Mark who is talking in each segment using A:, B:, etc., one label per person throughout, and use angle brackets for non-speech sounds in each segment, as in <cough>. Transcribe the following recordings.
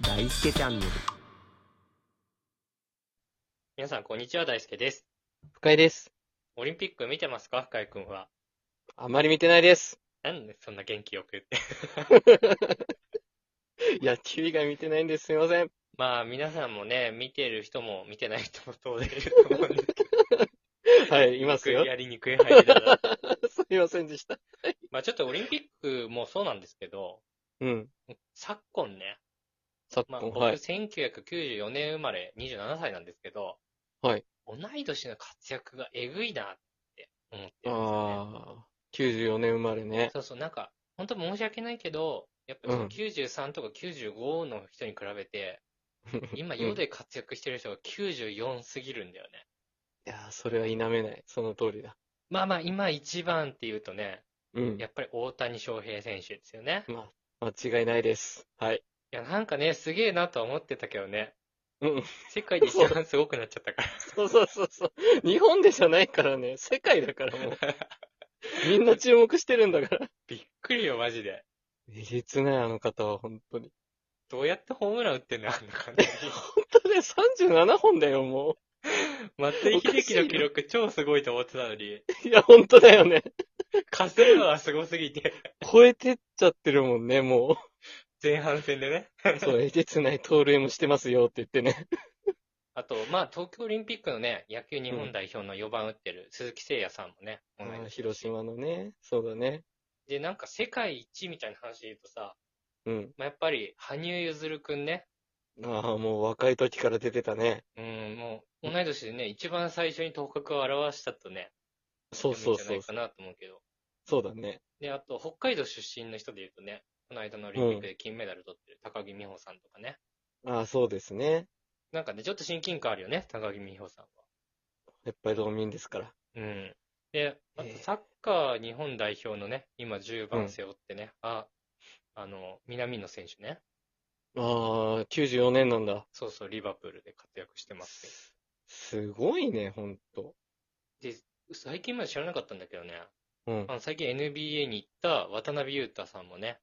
A: 大輔チャンネル。
B: 皆さん、こんにちは、大輔です。
C: 深井です。
B: オリンピック見てますか深井くんは。
C: あまり見てないです。
B: なんでそんな元気よく言って。
C: <laughs> 野球以外見てないんです。すいません。
B: まあ、皆さんもね、見てる人も見てない人も当然いると思うんですけ
C: <laughs> はい、います
B: ど、
C: よ。
B: やりにくい入りだな。
C: <laughs> すいませんでした。
B: まあ、ちょっとオリンピックもそうなんですけど、
C: うん。
B: 昨今ね、
C: 昨
B: まあ、
C: 今、
B: 僕、
C: はい。
B: 1994年生まれ、27歳なんですけど、
C: はい。
B: 同い年の活躍がえぐいなって思ってるんですよね。
C: ああ、94年生まれね。
B: そうそう、なんか、本当申し訳ないけど、やっぱりその
C: うん
B: 93とか95の人に比べ
C: <laughs>
B: て、今世で活躍してる人が94すぎるんだよね。
C: いやー、それは否めない。その通りだ。
B: まあまあ、今一番っていうとね、
C: うん
B: や。っぱり大谷翔平選手ですよね。い
C: まあ、間違いないです。はい。
B: や、なんかね、すげえなとは思ってたけどね。
C: うん。
B: 世界で一番すごくなっちゃったか
C: そうそうそうそう。日本でじゃないからね。世界 <laughs> だからもう。
B: ら。
C: みんな注目してるんだから。
B: <laughs> びっくりよ、マジで。
C: えげつない、あの方は、本当に。
B: どうやってホームラン打ってんのあんな感じ。
C: 本当ね、37本だよ、も
B: 松井秀喜の記録超すごいと思ってたのに、
C: う。いや、本当だよね。
B: 稼ぐのはすごすぎて、
C: 超えてっちゃってるもんね、もう。
B: 前半戦でね。
C: そう、えげつない盗塁もしてますよって言っ
B: <laughs>
C: てね。
B: あと、まあ、東京オリンピックのね、野球日本代表の4番打ってる鈴木誠也さんもね、同い年だし
C: 広島のね、そうだね。
B: で、なんか世界一みたいな話で言うとさ、
C: うん。
B: まあ、やっぱり、羽生結弦くんね、
C: ああ、もう若い時から出てたね。
B: うん、もう、同い年でね、一番最初に頭角を現したとね、
C: そうそうそ
B: 言
C: う
B: って。もいいんじゃないかなと思うけど。
C: そうだね。
B: で、あと、北海道出身の人で言うとね、この間のオリンピックで金メダル取ってる高木美帆さんとかね。
C: ああ、そうですね。
B: なんかね、ちょっと親近感あるよね、高木美帆さんは。
C: やっぱり道民ですから。
B: うん。で、あと
C: ええ
B: サッカー日本代表のね、今10番背負ってね、あ、あの、南野選手ね。
C: ああ、94年なんだ。
B: そうそう、リバプールで活躍してます
C: すごいね、ほんと。
B: けど。で、最近まで知らなかったんだけどね、
C: うん
B: あ。の最近 NBA に行った渡辺裕太さんもね、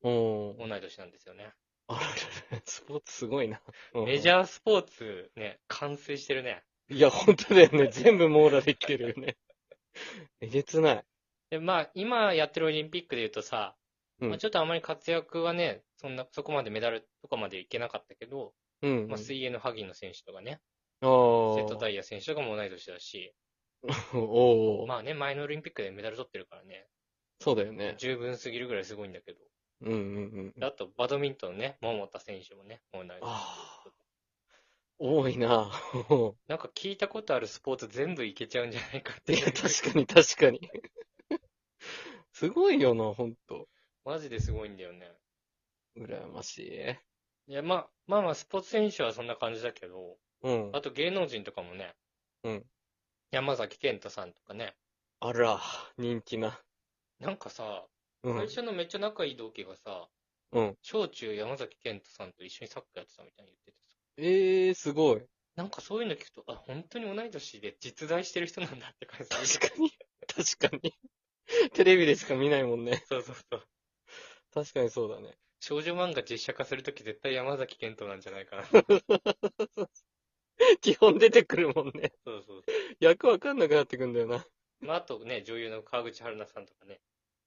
C: お
B: 同
C: ー。
B: い年なんですよね。
C: あららら、スポーツすごいな。
B: メジャースポーツね、完成してるね。
C: ー。いや、ほんとだよね。全部網羅できてるよ <laughs> ね。えげつない。
B: で、まあ、今やってるオリンピックで言うとさ、
C: うん
B: まあ、ちょっとあまり活躍はね、そんな、そこまでメダルとかまでいけなかったけど、
C: うんうん。
B: まあ、水泳の萩野選手とかね、
C: ああ。お
B: 瀬戸大也選手とかも同い年だし、
C: おー。
B: まあね、前のオリンピックでメダル取ってるからね、
C: そうだよね。
B: 十分すぎるぐらいすごいんだけど。
C: うんうんうん。
B: あと、バドミントンのね、桃田選手もね、もう同い年
C: ああ。多いな。うん
B: なんか聞いたことあるスポーツ全部いけちゃうんじゃないかっ
C: い
B: て。
C: や、 <laughs> 確かに確かに。 <laughs> すごいよな、ほんと。
B: マジですごいんだよね。
C: 羨ましい。
B: いや、まあ、まあまあ、スポーツ選手はそんな感じだけど、
C: うん。
B: あと芸能人とかもね、
C: うん。
B: 山崎賢人さんとかね、
C: あら、人気な。
B: なんかさ、
C: うん
B: 最。初のめっちゃ仲いい同期がさ、
C: うん。
B: 小中山崎賢人さんと一緒にサッカーやってたみたいに言っててさ、
C: ええー、すごい。
B: なんかそういうの聞くと、あ、本当に同い年で実在してる人なんだって感じ。
C: 確かに。確かに。テレビでしか見ないもんね。
B: そうそうそう。
C: 確かにそうだね。 <laughs>
B: 少女漫画実写化するとき絶対山崎賢人なんじゃない
C: <laughs>
B: かな。そう
C: 基本出てくるもんね。
B: そうそ
C: 役わかんなくなってくんだよな。
B: う。まあ、あとね、女優の川口春奈さんとかね。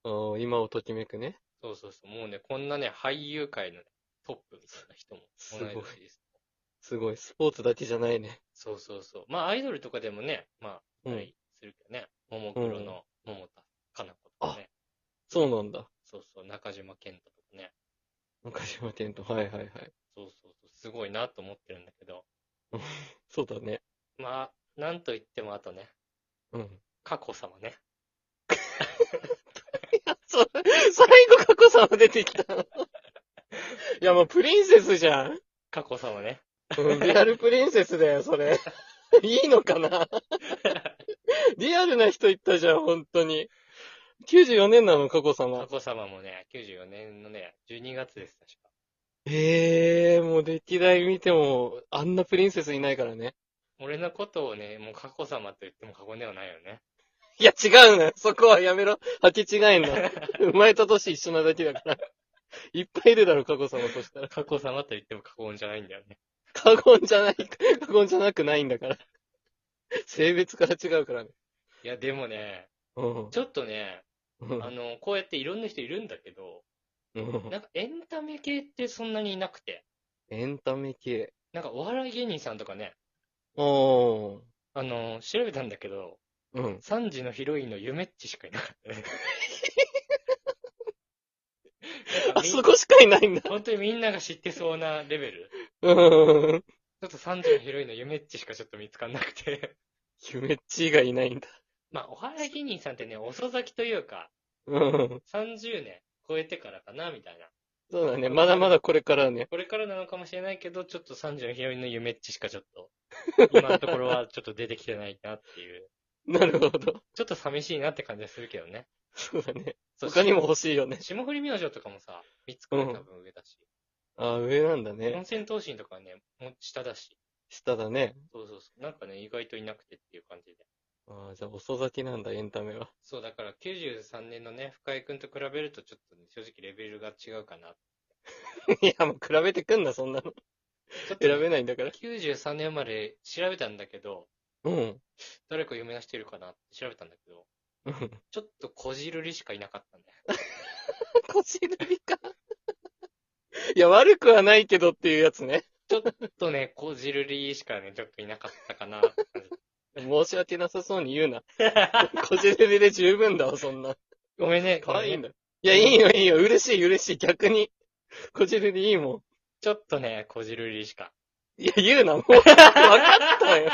C: おー今をときめくね。
B: そうそうそう。もうね、こんなね、俳優界のね、トップみたいな人も
C: す
B: 同
C: ごい
B: い年です。
C: すごい。スポーツだけじゃないね。
B: そうそうそう。まあ、アイドルとかでもね、まあ、
C: うん
B: いたりするけどね。ももクロの桃田かな子とかね。
C: そうなんだ。
B: そうそう、中島健人とかね。
C: 中島健人。はいはいはい。
B: そうそうそう。すごいなと思ってるんだけど。
C: そうだね。
B: まあ、なんといってもあとね、
C: うん。
B: 佳子様ね。
C: そう、最後、佳子さんが出てきたの。いや、もうプリンセスじゃん。
B: 佳子様ね。
C: うんリアルプリンセスだよ、それ。いいのかなリアルな人言ったじゃん、本当に。94年なの、佳子
B: 佳
C: 様。
B: 子様もね、94年のね、12月です、確か。
C: ええー、もう歴代見ても、あんなプリンセスいないからね。
B: 俺のことをね、もう佳子様と言っても過言ではないよね。
C: いや、違うな。そこはやめろ。履き違えんだ。生まれた年一緒なだけだから。いっぱいいるだろ、過去様としたら。
B: <laughs> 過去様と言っても過言じゃないんだよね。
C: 過言じゃない、過言じゃなくないんだから。性別から違うからね。
B: いや、でもね、
C: うん。
B: ちょっとね、
C: うん
B: あの、こうやっていろんな人いるんだけど、
C: うん
B: なんかエンタメ系ってそんなにいなくて、
C: エンタメ系。
B: なんかお笑い芸人さんとかね、
C: おー。
B: あの、調べたんだけど、
C: うん。
B: 3時のヒロインのゆめっちしかいなか
C: <laughs>
B: ったね。なんか
C: あ
B: み
C: そこしかいないんだ。
B: 本当にみんなが知ってそうなレベル。
C: うん。
B: ちょっと3時のヒロインのゆめっちしかちょっと見つかんなくて。
C: ゆめっちがいないんだ。
B: <laughs> まあ、お笑い芸人さんってね、遅咲きというか、
C: うん。
B: 30年超えてからかな、みたいな。
C: そうだね。まだまだこれからね。
B: これからなのかもしれないけど、ちょっと3時のヒロインのゆめっちしかちょっと、今のところはちょっと出てきてないなっていう。
C: なるほど。
B: ちょっと寂しいなって感じがするけどね。
C: そうだね。
B: そう
C: 他にも欲しいよね。
B: 霜降り明星とかもさ、三つくらい多分上だし。
C: あー、上なんだね。
B: 四千頭身とかはね、もう下だし。
C: 下だね。
B: そうそうそう。なんかね、意外といなくてっていう感じで。
C: あーじゃあ遅咲きなんだ、エンタメは。
B: そう、だから93年のね、深井くんと比べるとちょっとね、正直レベルが違うかな。
C: いや、もう比べてくんな、そんなの。
B: ちょっとね
C: 選べないんだから。
B: 93年生まれ調べたんだけど、
C: うん。
B: 誰か有名な人いるかなって調べたんだけど、
C: うん。
B: ちょっとこじるりしかいなかったね。
C: <laughs> こじるりか。いや、悪くはないけどっていうやつね。
B: ちょっとね、こじるりしかね、ちょっといなかったかなって感じ。
C: 申し訳なさそうに言
B: <laughs>
C: うな。こじるりで十分だわ、そんな。
B: ごめんね、
C: 可愛いん
B: だ。
C: だ。いや、いいよ、いいよ。嬉しい、嬉しい。逆に。こじるりいいも
B: ちょっとね、こじるりし
C: <laughs>
B: か。
C: ん。いや、言うな、も
B: <laughs>
C: う。わかったよ。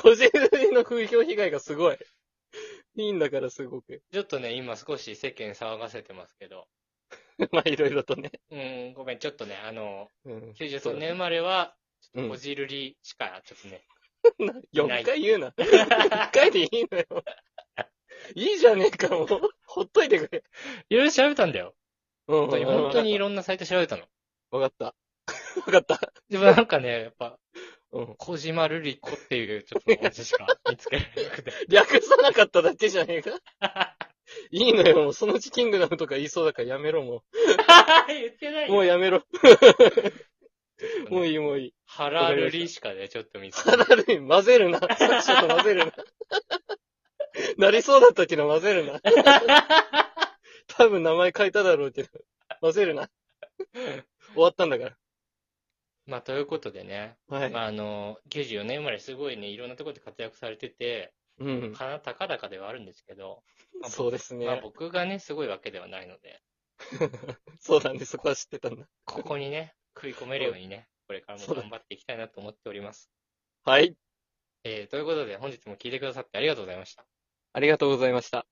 C: こじるりの風評被害がすごい。いいんだから、すごく。 <laughs>
B: ちょっとね、今少し世間騒がせてますけど、
C: まあ、いろいろとね。
B: うん、ごめん、ちょっとね、あの、
C: うん。
B: 93年生まれは、
C: う
B: こ
C: ん。
B: じるりしか、ちょっとね、
C: 4回言うな。1回でいいのよ。いいじゃねえか、もう。ほっといてくれ。
B: いろいろ調べたんだよ。
C: うん
B: 本当
C: <laughs>
B: に、本当にい
C: わ
B: ろんなサイト調べたの。
C: かった。 <laughs> わかった。
B: でもなんかね、やっぱ、
C: うん。
B: 小島瑠璃子っていうちょっと文字しか見つけられなくて。 <laughs>
C: 略さなかっただけじゃねえか。いいのよ、もう。そのうちキングダムとか言いそうだからやめろ、も
B: 言ってな
C: う。
B: い
C: も
B: よ
C: うやめろ。もう
B: い。
C: いい、もういい。
B: ハラルリしかね、ちょっと見つけ
C: た
B: られ
C: だ
B: ない。
C: で混ぜるな。作者と混ぜるな。なりそうだったけど混ぜるな。多分名前変えただろうけど。混ぜるな。終わったんだか
B: まあ、ということでね、
C: ら。はい。
B: まあ、あの、94年生まれすごいね、いろんなところで活躍されてて、
C: うん。
B: かな高々ではあるんですけど、まあ
C: そうですね。
B: まあ僕がね、すごいわけではないので、
C: そうだね、そこは知ってたんだ。
B: ここにね、食い込めるようにね、これからも頑張っていきたいなと思っております。
C: はい。
B: えー、ということで本日も聞いてくださってありがとうございました。
C: ありがとうございました。